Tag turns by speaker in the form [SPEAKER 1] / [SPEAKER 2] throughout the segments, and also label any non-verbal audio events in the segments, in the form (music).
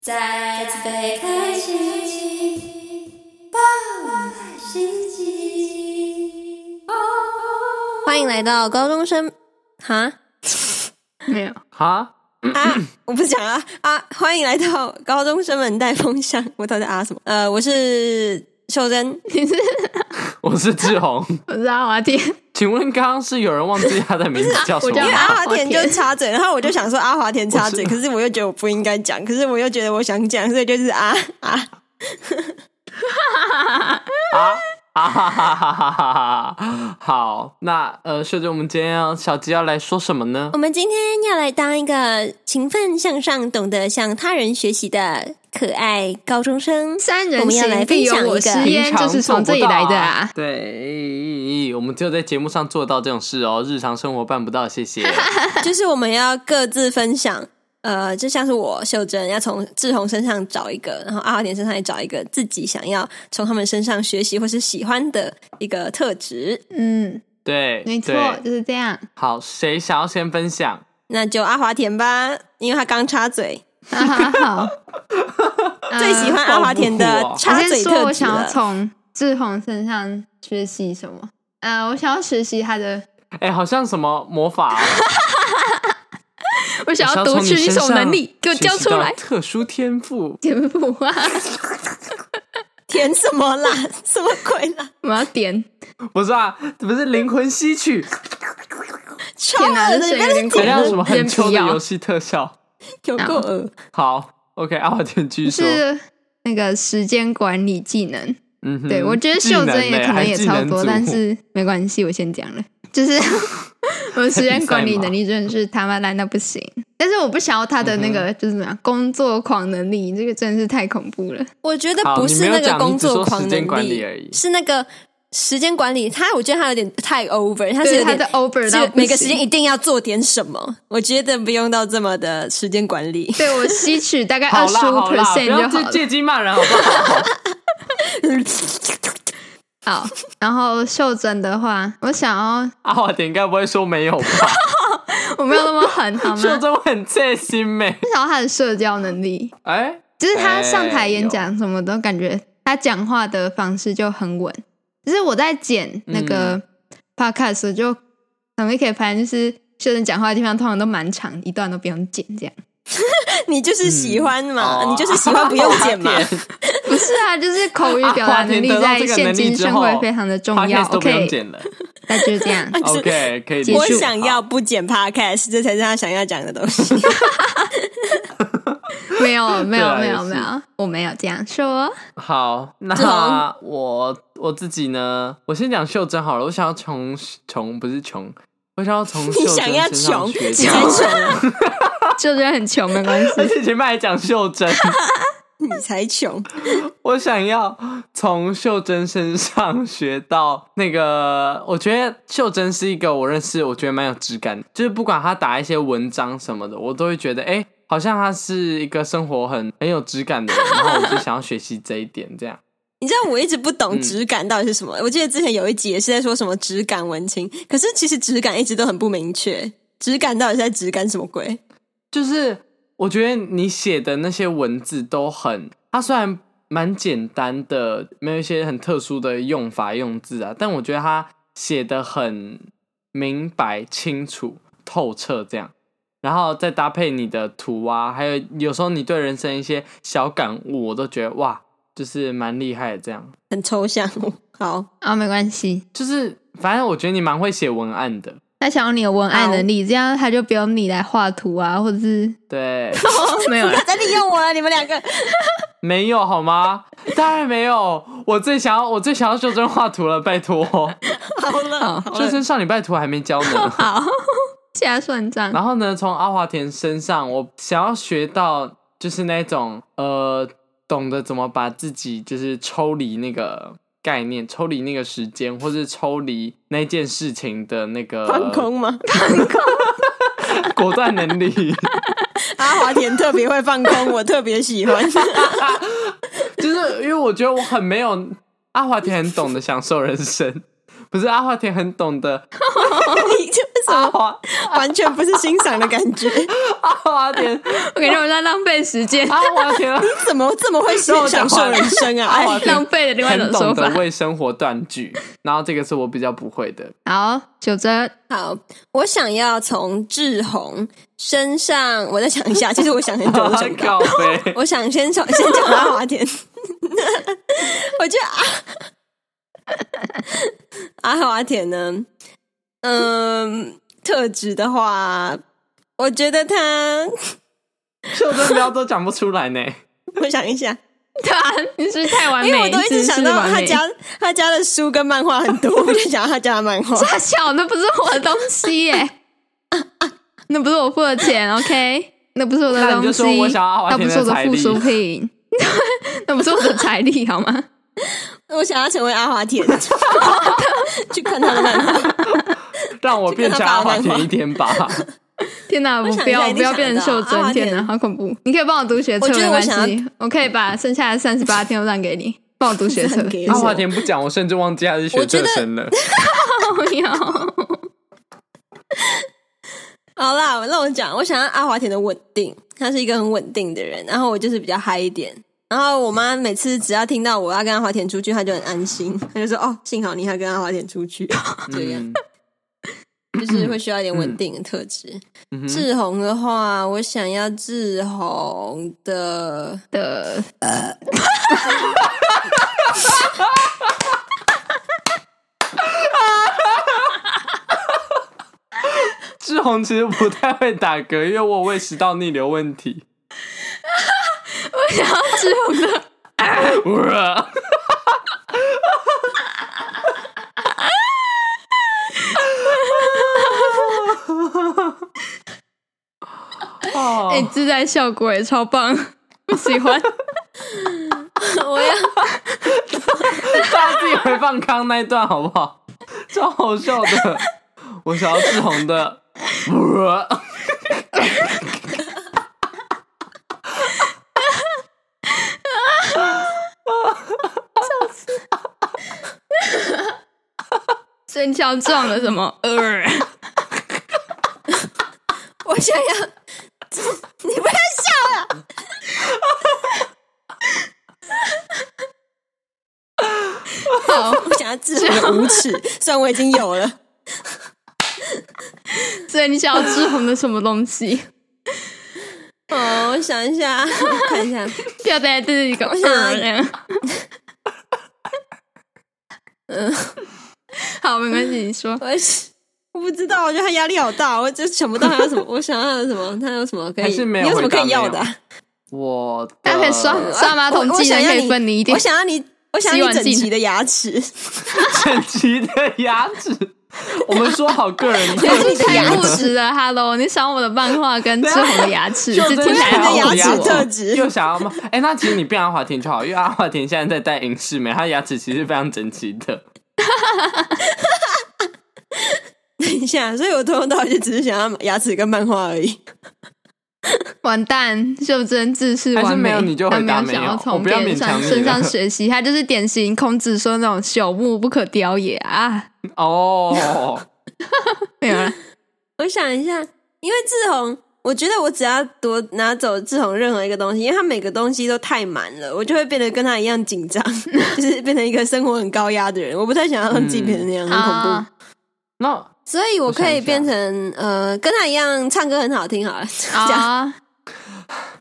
[SPEAKER 1] 再次被开启，爆满心机。
[SPEAKER 2] 欢迎来到高中生哈
[SPEAKER 3] 没有哈，
[SPEAKER 2] 啊！ (coughs) 我不是讲啊啊！欢迎来到高中生们带风向，我到底啊什么？呃，我是秀珍，
[SPEAKER 3] 你是
[SPEAKER 4] (laughs) 我是志宏，
[SPEAKER 3] 我知道我要听，
[SPEAKER 4] 请问刚刚是有人忘记他的名字叫
[SPEAKER 3] 啊
[SPEAKER 4] 什
[SPEAKER 3] 我叫
[SPEAKER 2] 因为
[SPEAKER 4] 么？
[SPEAKER 2] 阿华
[SPEAKER 3] 华
[SPEAKER 2] 田
[SPEAKER 3] 田
[SPEAKER 2] 就插嘴，然后我就想说阿华田插嘴，
[SPEAKER 4] 我
[SPEAKER 2] 可是我又觉得我不应该讲，可是我又觉得我想讲，所以就是啊啊！
[SPEAKER 4] 啊啊哈哈哈哈哈哈！好，那呃，秀姐，我们今天要小吉要来说什么呢
[SPEAKER 2] (laughs) 我？
[SPEAKER 3] 嗯
[SPEAKER 2] 们今天要来当一个勤奋向上、懂得向他人学习的可爱高中生。
[SPEAKER 3] 三
[SPEAKER 2] 我
[SPEAKER 3] 人
[SPEAKER 2] 们要来分
[SPEAKER 3] 行必有
[SPEAKER 2] 享
[SPEAKER 3] 我
[SPEAKER 2] 一个
[SPEAKER 3] 师
[SPEAKER 4] 平
[SPEAKER 3] 焉，
[SPEAKER 4] 常
[SPEAKER 3] 就是从这里来
[SPEAKER 4] 做
[SPEAKER 3] 的
[SPEAKER 4] 不到
[SPEAKER 3] 啊。。
[SPEAKER 4] 对，我们只有在节目上做到这种事哦，日常生活办不到，
[SPEAKER 3] (laughs)
[SPEAKER 4] 谢谢。
[SPEAKER 2] 就是我们要各自分享，呃，就像是我秀珍要从志宏身上找一个，然后阿华田身上也找一个自己想要从他们身上学习或是喜欢的一个特质。
[SPEAKER 3] 嗯，
[SPEAKER 4] 对，
[SPEAKER 3] 没错
[SPEAKER 4] 对，
[SPEAKER 3] 就是这 (laughs) 样。
[SPEAKER 4] 好，谁想要先分享？
[SPEAKER 2] 那就阿华田吧，因为他刚插嘴，
[SPEAKER 3] 啊好好，
[SPEAKER 2] 最喜欢阿华田的
[SPEAKER 4] 呃
[SPEAKER 3] 我
[SPEAKER 2] 插
[SPEAKER 3] 先
[SPEAKER 2] 嘴
[SPEAKER 3] 说，
[SPEAKER 2] 特
[SPEAKER 3] 呃我
[SPEAKER 2] 质
[SPEAKER 3] 想要
[SPEAKER 2] (laughs) 了。
[SPEAKER 3] 从志宏身上学习什么？呃，我想要学习他的，
[SPEAKER 4] 哎、好像什么魔法哦、
[SPEAKER 3] 我 (laughs) 想
[SPEAKER 4] 我
[SPEAKER 3] 要
[SPEAKER 4] 从
[SPEAKER 3] 读
[SPEAKER 4] 你
[SPEAKER 3] 取一
[SPEAKER 4] 身
[SPEAKER 3] 种
[SPEAKER 4] 上
[SPEAKER 3] 能力，给我
[SPEAKER 4] 学习
[SPEAKER 3] 教出
[SPEAKER 4] 到
[SPEAKER 3] 来。啊
[SPEAKER 4] 特殊天赋。
[SPEAKER 3] 填不完，
[SPEAKER 2] 填什么啦？什么鬼啦？
[SPEAKER 3] 我要 (laughs) 点。
[SPEAKER 4] 不是啊，不是灵魂吸取，
[SPEAKER 2] 超
[SPEAKER 3] 天哪，
[SPEAKER 2] 恶的，
[SPEAKER 3] 这声
[SPEAKER 2] 你
[SPEAKER 3] 音
[SPEAKER 2] 们
[SPEAKER 3] 有点
[SPEAKER 4] 等
[SPEAKER 3] 恐
[SPEAKER 4] 一下
[SPEAKER 3] 怖，
[SPEAKER 4] 什么很
[SPEAKER 3] 先
[SPEAKER 4] 秋
[SPEAKER 3] 不
[SPEAKER 4] 的
[SPEAKER 3] 要
[SPEAKER 4] 游。戏特效。
[SPEAKER 2] 有够恶。
[SPEAKER 4] 好，OK，阿华田继续说。
[SPEAKER 3] 是那个时间管理技能。
[SPEAKER 4] 嗯哼，
[SPEAKER 3] 对，我觉得秀珍也可能也差不多，
[SPEAKER 4] 技能类还技能组
[SPEAKER 3] 但是没关系，我先讲了。就是 (laughs) 我的时间管理能力真的是他妈烂到不行，但是我不想要他的那
[SPEAKER 4] 嗯
[SPEAKER 3] 个、就是怎么样工作狂能力，这个真的是太恐怖了。
[SPEAKER 2] 我觉得
[SPEAKER 4] 好
[SPEAKER 2] 不
[SPEAKER 4] 你
[SPEAKER 2] 是
[SPEAKER 4] 没有
[SPEAKER 2] 那个
[SPEAKER 4] 讲
[SPEAKER 2] 工
[SPEAKER 4] 你只
[SPEAKER 2] 作
[SPEAKER 4] 说
[SPEAKER 2] 狂
[SPEAKER 4] 时
[SPEAKER 2] 能
[SPEAKER 4] 间管
[SPEAKER 2] 力
[SPEAKER 4] 理而已
[SPEAKER 2] 是那个时间管理。他我觉得他有点太 over，他是
[SPEAKER 3] 对
[SPEAKER 2] 有
[SPEAKER 3] 他
[SPEAKER 2] 点
[SPEAKER 3] 的 over 到
[SPEAKER 2] 就
[SPEAKER 3] 不
[SPEAKER 2] 每个时间
[SPEAKER 3] 行。
[SPEAKER 2] 一定要做点什么，我觉得不用到这么的时间管理 (laughs)
[SPEAKER 3] 对我吸取大概
[SPEAKER 4] (laughs) 好
[SPEAKER 3] 二十
[SPEAKER 4] 啦
[SPEAKER 3] 五
[SPEAKER 4] 好啦，不
[SPEAKER 3] percent 就
[SPEAKER 4] 要
[SPEAKER 3] 好
[SPEAKER 4] 借
[SPEAKER 3] 了。
[SPEAKER 4] 借机骂人好不好？ (laughs)
[SPEAKER 3] 好，然后秀珍的话，我想要
[SPEAKER 4] 阿华田该不会说没有吧？
[SPEAKER 3] 我没有那么
[SPEAKER 4] (laughs)
[SPEAKER 3] 狠， (laughs) 好吗？
[SPEAKER 4] 说
[SPEAKER 3] 我
[SPEAKER 4] 真我很戒心没？
[SPEAKER 3] 想要他的社交能力，
[SPEAKER 4] 哎，
[SPEAKER 3] 就是他上台演
[SPEAKER 4] 哎
[SPEAKER 3] 讲什么都感觉他讲话的方式就很稳。就是我在剪那
[SPEAKER 4] 嗯
[SPEAKER 3] 个 podcast 的时候就很容易可以发现，就是秀珍讲话的地方通常都蛮长，一段都不用剪这样。
[SPEAKER 2] 你就是喜欢嘛，
[SPEAKER 4] 哦
[SPEAKER 2] 你就是喜欢不用剪嘛
[SPEAKER 4] 阿华。田
[SPEAKER 3] 不是啊，就是口语表达能力
[SPEAKER 4] 阿华田得到
[SPEAKER 3] 在
[SPEAKER 4] 这个
[SPEAKER 3] 现
[SPEAKER 4] 能力
[SPEAKER 3] 今
[SPEAKER 4] 之
[SPEAKER 3] 生
[SPEAKER 4] 后
[SPEAKER 3] 活非常的重要。
[SPEAKER 4] Podcast 都不用
[SPEAKER 3] OK，
[SPEAKER 4] 剪了。
[SPEAKER 3] 那 (laughs) 就是这样。
[SPEAKER 2] 是
[SPEAKER 4] OK，可以
[SPEAKER 3] 结
[SPEAKER 4] (laughs) 结
[SPEAKER 3] 束
[SPEAKER 4] 束。
[SPEAKER 2] 我想要不剪 podcast，这才是他想要讲的东
[SPEAKER 4] (laughs)
[SPEAKER 2] 西。
[SPEAKER 3] 没有，没有，
[SPEAKER 4] (laughs) 对啊
[SPEAKER 3] 没
[SPEAKER 4] 也
[SPEAKER 3] 有，
[SPEAKER 4] 是
[SPEAKER 3] 没有，我没有这样说。
[SPEAKER 4] 好，
[SPEAKER 2] 志
[SPEAKER 4] 那
[SPEAKER 2] 宏
[SPEAKER 4] 我我自己呢？我先讲秀珍好了。我想要从穷不是穷，我想要从
[SPEAKER 2] (laughs) 你
[SPEAKER 4] 秀珍
[SPEAKER 2] 想要
[SPEAKER 4] 身上
[SPEAKER 2] 穷，
[SPEAKER 4] 学
[SPEAKER 2] 你才
[SPEAKER 4] 到 (laughs)
[SPEAKER 2] 穷，
[SPEAKER 3] 秀珍很穷，没关
[SPEAKER 4] 而 (laughs)
[SPEAKER 3] 系。
[SPEAKER 4] 且前面还讲秀珍，
[SPEAKER 2] 你才穷。
[SPEAKER 4] 我想要从秀珍身上学到那个，我觉得秀珍是一个我认识，我觉得蛮有质感的，就是不管她打一些文章什么的，我都会觉得，哎、好像她是一个生活很很有质感的人，然后我就想要学习这一点，这样。
[SPEAKER 2] 你知道我一直不懂
[SPEAKER 4] 嗯
[SPEAKER 2] 质感到底是什么？我记得之前有一集也是在说什么质感文青，可是其实质感一直都很不明确，质感到底是在质感什么鬼？
[SPEAKER 4] 就是我觉得你写的那些文字都很，它虽然蛮简单的，没有一些很特殊的用法用字啊，但我觉得它写的很明白、清楚、透彻这样。然后再搭配你的图啊，还有有时候你对人生一些小感悟，我都觉得哇，就是蛮厉害的。这样
[SPEAKER 2] 很抽
[SPEAKER 4] (laughs)
[SPEAKER 2] 象。好，
[SPEAKER 3] 啊，没关系。
[SPEAKER 4] 就是，反正我觉得你蛮会写文案的。
[SPEAKER 3] 他想要你有文案能力，这样他就不用你来画图啊，或者是
[SPEAKER 4] 对， (laughs)
[SPEAKER 3] 没有
[SPEAKER 2] 不
[SPEAKER 3] 啦
[SPEAKER 2] 要再利用我了，你们两个。
[SPEAKER 4] 没有
[SPEAKER 2] (laughs)
[SPEAKER 4] 好吗？当然没有，我最想要我最想要秀珍画图了，拜
[SPEAKER 2] (laughs)
[SPEAKER 4] 托，
[SPEAKER 2] 好了，好
[SPEAKER 4] 秀
[SPEAKER 2] 了
[SPEAKER 4] 珍上礼拜图还没交
[SPEAKER 3] (laughs)
[SPEAKER 4] 呢。
[SPEAKER 3] 好，现在算账。
[SPEAKER 4] (laughs) 然后呢，从阿华田身上，我想要学到就是那种呃，懂得怎么把自己就是抽离那个概念，抽离那个时间，或是抽离那件事情的那个
[SPEAKER 2] 放空吗？
[SPEAKER 4] 果断能
[SPEAKER 2] (laughs)
[SPEAKER 4] 力。 (laughs)
[SPEAKER 2] 阿华田特别会放空，我特别喜 (laughs) 欢。
[SPEAKER 4] 就是因为我觉得我很没有阿华田很懂得享受人生，不是阿华田很懂得，
[SPEAKER 2] 你这为什么
[SPEAKER 4] 华
[SPEAKER 2] 完全不是欣赏的感觉？
[SPEAKER 4] 阿华田
[SPEAKER 3] 啊我啊感觉我在浪费时间，
[SPEAKER 4] 阿华田
[SPEAKER 2] 怎么这么会
[SPEAKER 4] 然后我
[SPEAKER 2] 享
[SPEAKER 4] 讲话
[SPEAKER 2] 受人生啊？
[SPEAKER 4] 阿华
[SPEAKER 2] 哎，
[SPEAKER 4] 田
[SPEAKER 3] 浪费了另外一种
[SPEAKER 4] 很
[SPEAKER 3] 说
[SPEAKER 4] 懂
[SPEAKER 3] 法
[SPEAKER 4] 得。为生活断句，然后这个是我比较不会
[SPEAKER 3] (laughs)
[SPEAKER 4] 的。
[SPEAKER 3] 好，九哲，
[SPEAKER 2] 哎好，我想要从志宏身上，我再想一 (laughs) 下。其实我想很久，我想到
[SPEAKER 4] 告呗，
[SPEAKER 2] 我想先从先讲阿华 (laughs) 田，我觉得阿阿华田呢，嗯，特质的话，我觉得他， (laughs)
[SPEAKER 4] 秀珍标都讲不出来呢。
[SPEAKER 2] 我想一下，
[SPEAKER 3] 对啊，你是不是太完美，
[SPEAKER 2] 因为我都一直想到
[SPEAKER 3] 自私完
[SPEAKER 2] 他
[SPEAKER 3] 美
[SPEAKER 2] 家他家的书跟漫画很多，我就想到他家的漫
[SPEAKER 3] (laughs)
[SPEAKER 2] 画。
[SPEAKER 3] 傻笑，那不是我的东西耶、 (laughs) 那不是我付的钱，OK？那不是我的
[SPEAKER 4] 那你
[SPEAKER 3] 东
[SPEAKER 4] 就
[SPEAKER 3] 西，
[SPEAKER 4] 说我想要阿华
[SPEAKER 3] 它不
[SPEAKER 4] 田的
[SPEAKER 3] 是我的
[SPEAKER 4] 财
[SPEAKER 3] 附
[SPEAKER 4] 力
[SPEAKER 3] 属品， (laughs) 那不是我的财力，好吗？ (laughs)
[SPEAKER 2] 我想要成为阿华田， (laughs) 去看他的漫画。
[SPEAKER 4] 让我变成阿华田一天
[SPEAKER 3] (laughs)
[SPEAKER 4] 吧。
[SPEAKER 3] 天哪，我
[SPEAKER 2] 想
[SPEAKER 3] 不
[SPEAKER 2] 一下
[SPEAKER 3] 要
[SPEAKER 2] 一定
[SPEAKER 3] 不要
[SPEAKER 2] 想
[SPEAKER 3] 变成
[SPEAKER 2] 得到
[SPEAKER 3] 袖
[SPEAKER 2] 阿华
[SPEAKER 3] 珍，天哪，
[SPEAKER 2] 田
[SPEAKER 3] 好恐怖！你可以帮我读学测
[SPEAKER 2] 我觉得
[SPEAKER 3] 没
[SPEAKER 2] 我
[SPEAKER 3] 关
[SPEAKER 2] 想
[SPEAKER 3] 系，我可以把剩下的三十八天都让给你，帮我
[SPEAKER 2] (laughs)
[SPEAKER 3] 读学测
[SPEAKER 2] 让。给
[SPEAKER 4] 阿华田不讲，我甚至忘记他是学这生了。
[SPEAKER 3] (laughs) 不要， (laughs)
[SPEAKER 2] 好啦，让我讲，我想要阿华田的稳定，他是一个很稳定的人，然后我就是比较嗨一点。然后我妈每次只要听到我要跟阿华田出去，她就很安心，她就说：“哦，幸好你还跟阿华田出去。”这样
[SPEAKER 4] 嗯
[SPEAKER 2] 就是会需要一点稳定的特质。
[SPEAKER 4] 嗯哼
[SPEAKER 2] 志宏的话，我想要志宏的
[SPEAKER 3] 的
[SPEAKER 4] 志宏其实不太会打嗝，因为我有胃食道逆流问题。
[SPEAKER 3] 志宏的
[SPEAKER 4] 哇 (laughs) 哦
[SPEAKER 3] 哎自带效果也超棒，我
[SPEAKER 2] (laughs)
[SPEAKER 3] 喜欢。
[SPEAKER 2] 我要
[SPEAKER 4] 大家自己回放刚那一段 (laughs) 好不好？超好笑的。我想要志宏的， (laughs) 哇
[SPEAKER 3] 所以你想要撞了什么？呃，
[SPEAKER 2] (laughs) 我想要，你不要笑了。好，我想要志宏的无耻，虽然我已经有了。
[SPEAKER 3] 所以你想要志宏的什么东西？
[SPEAKER 2] 哦，我想一下，我看一下，
[SPEAKER 3] 不要在这里搞
[SPEAKER 2] 想要
[SPEAKER 3] 嗯，
[SPEAKER 2] (laughs) 呃
[SPEAKER 3] 好，没关系，你说。
[SPEAKER 2] 我是我不知道，我觉得他压力好大，我就想不到他有什么，我想要有什么，他有什么可以，
[SPEAKER 4] 还是没有
[SPEAKER 2] 你有什么
[SPEAKER 4] 回答
[SPEAKER 2] 可以要的啊、
[SPEAKER 3] (laughs)
[SPEAKER 4] 我的
[SPEAKER 3] 大家可以刷刷马桶
[SPEAKER 2] 呃我我
[SPEAKER 3] 技
[SPEAKER 2] 想
[SPEAKER 3] 能
[SPEAKER 2] 要
[SPEAKER 3] 可以
[SPEAKER 2] 你
[SPEAKER 3] 分你一点
[SPEAKER 2] 我。想要你，我想
[SPEAKER 3] 洗
[SPEAKER 2] 要
[SPEAKER 3] 碗
[SPEAKER 2] 你整
[SPEAKER 3] 技能
[SPEAKER 2] 齐的牙齿， (laughs)
[SPEAKER 4] 整齐的牙齿。我们说好个人特
[SPEAKER 3] 你
[SPEAKER 2] 我
[SPEAKER 3] 是
[SPEAKER 2] 的
[SPEAKER 3] 太
[SPEAKER 2] 牙
[SPEAKER 3] 务实了，Hello！你想我的漫画跟志宏的牙齿，
[SPEAKER 4] 就
[SPEAKER 3] 这
[SPEAKER 4] 真
[SPEAKER 3] 听起来
[SPEAKER 4] 想
[SPEAKER 3] 好
[SPEAKER 4] 要
[SPEAKER 2] 我
[SPEAKER 3] 恐
[SPEAKER 2] 的牙齿
[SPEAKER 3] 怖
[SPEAKER 2] 特
[SPEAKER 3] 哦
[SPEAKER 2] 质
[SPEAKER 4] 又想要吗？哎、那其实你变阿华田就啊好，因为阿华田现在在戴隐适美，他牙齿其实非常整齐的。
[SPEAKER 2] 等一下，所以我从头到尾就只是想要牙齿跟漫画而已。
[SPEAKER 3] 完蛋，秀珍自视
[SPEAKER 4] 还是
[SPEAKER 3] 完
[SPEAKER 4] 没
[SPEAKER 3] 美
[SPEAKER 4] 有你，就
[SPEAKER 3] 他
[SPEAKER 4] 回
[SPEAKER 3] 没
[SPEAKER 4] 答
[SPEAKER 3] 有
[SPEAKER 4] 没
[SPEAKER 3] 想
[SPEAKER 4] 有
[SPEAKER 3] 要
[SPEAKER 4] 我
[SPEAKER 3] 从
[SPEAKER 4] 不要
[SPEAKER 3] 别人
[SPEAKER 4] 勉强
[SPEAKER 3] 上
[SPEAKER 4] 你
[SPEAKER 3] 身上
[SPEAKER 4] 了
[SPEAKER 3] 学习，他就是典型孔子说那种“朽木不可雕也”啊，
[SPEAKER 4] 哦，
[SPEAKER 3] 没有
[SPEAKER 4] (laughs)
[SPEAKER 3] 了。
[SPEAKER 2] 我想一下，因为志宏，我觉得我只要多拿走志宏任何一个东西，因为他每个东西都太满了，我就会变得跟他一样紧张，就是变成一个生活很高压的人。我不太想要让自己变成那样，
[SPEAKER 4] 嗯
[SPEAKER 2] 很恐怖。
[SPEAKER 3] 啊
[SPEAKER 4] 那
[SPEAKER 2] 所以我可以
[SPEAKER 4] 我想一下
[SPEAKER 2] 变成呃，跟他一样唱歌很好听好了，这样
[SPEAKER 3] 啊！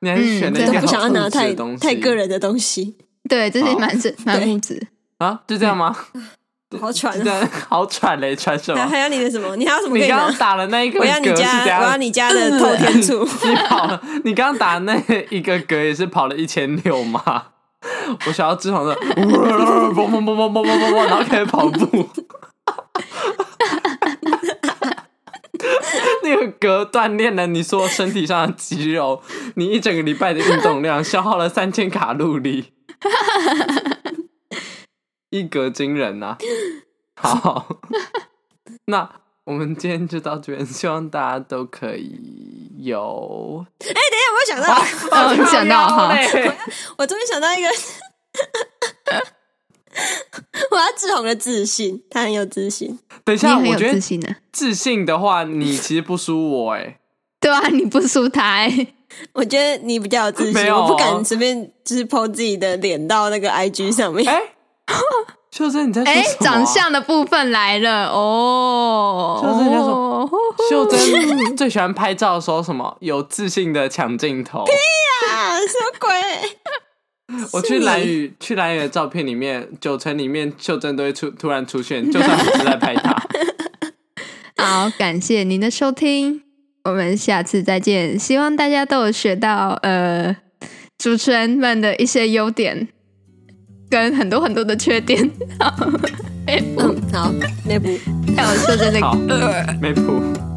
[SPEAKER 4] 你还是选了一
[SPEAKER 3] 嗯
[SPEAKER 2] 都
[SPEAKER 4] 个
[SPEAKER 2] 不想要拿
[SPEAKER 4] 好特质
[SPEAKER 2] 太
[SPEAKER 4] 的东西，
[SPEAKER 2] 太个人的东西，
[SPEAKER 3] 对，这是
[SPEAKER 4] 好
[SPEAKER 3] 蛮
[SPEAKER 4] (laughs)
[SPEAKER 3] 是蛮
[SPEAKER 2] 对
[SPEAKER 3] 物质。
[SPEAKER 4] 啊？就这样吗？
[SPEAKER 2] 好喘
[SPEAKER 4] (laughs) 就这
[SPEAKER 2] 啊！
[SPEAKER 4] 样，好喘嘞，喘
[SPEAKER 2] (laughs)
[SPEAKER 4] 什
[SPEAKER 2] 还
[SPEAKER 4] 么？
[SPEAKER 2] 还有你的什么？你还有什么可
[SPEAKER 4] 你
[SPEAKER 2] 以
[SPEAKER 4] 刚
[SPEAKER 2] 拿
[SPEAKER 4] 刚？打了那一个
[SPEAKER 2] 我
[SPEAKER 4] 嗝
[SPEAKER 2] 要你
[SPEAKER 4] 是
[SPEAKER 2] 家，
[SPEAKER 4] 这
[SPEAKER 2] 我要
[SPEAKER 4] 样，呃
[SPEAKER 2] 你家的透天 (laughs) 醋。哎
[SPEAKER 4] 你跑了，你刚刚打那一个嗝也是跑了一千六嘛？ (laughs) 我想要志宏的， (laughs) 嘣嘣嘣嘣嘣嘣嘣嘣，然后开始跑步。 (laughs) 那个嗝锻炼了你所有身体上的肌肉，你一整个礼拜的运动量消耗了三千卡路里， (laughs) 一格惊人呐、好， (laughs) 那我们今天就到这边，希望大家都可以有
[SPEAKER 2] 哎，等一下，我又想到，
[SPEAKER 4] (laughs)
[SPEAKER 3] 哦，你想到哈？
[SPEAKER 4] 嘞
[SPEAKER 2] 我终于想到一个，我要志宏的自信，他很有自信。
[SPEAKER 4] (laughs) 等一
[SPEAKER 3] 你
[SPEAKER 4] 下，
[SPEAKER 3] 很
[SPEAKER 4] 我
[SPEAKER 3] 有
[SPEAKER 4] 觉
[SPEAKER 3] 自
[SPEAKER 4] 得
[SPEAKER 3] 信呢、啊。
[SPEAKER 4] 自信的话，你其实不输我哎、
[SPEAKER 3] 对啊，你不输他、
[SPEAKER 4] (laughs)
[SPEAKER 3] 欸，
[SPEAKER 2] 我觉得你比较有自
[SPEAKER 4] 没
[SPEAKER 2] 信，
[SPEAKER 4] 有
[SPEAKER 2] 我不
[SPEAKER 4] 哦
[SPEAKER 2] 敢随便就是 PO 自己的脸到那个 IG 上面。
[SPEAKER 4] 哎、秀珍你在说
[SPEAKER 3] 哎、
[SPEAKER 4] 什么啊、
[SPEAKER 3] 长相的部分来了哦。
[SPEAKER 4] 就是那种
[SPEAKER 3] 哦
[SPEAKER 4] 秀珍 (laughs) 最喜欢拍照的时候，什么有自信的抢镜头。
[SPEAKER 2] 啊，什么鬼？ (coughs)
[SPEAKER 4] 我去蓝宇，去蓝宇的照片里面，九成里面秀珍都会出突然出现，就算不是在
[SPEAKER 3] (laughs)
[SPEAKER 4] 拍她。
[SPEAKER 3] 好，感谢您的收听，我们下次再见。希望大家都有学到呃主持人们的一些优点，跟很多很多的缺点。好，哎 (laughs)
[SPEAKER 2] 嗯，好，内部。
[SPEAKER 3] 还有秀珍的呃
[SPEAKER 4] 好，没谱。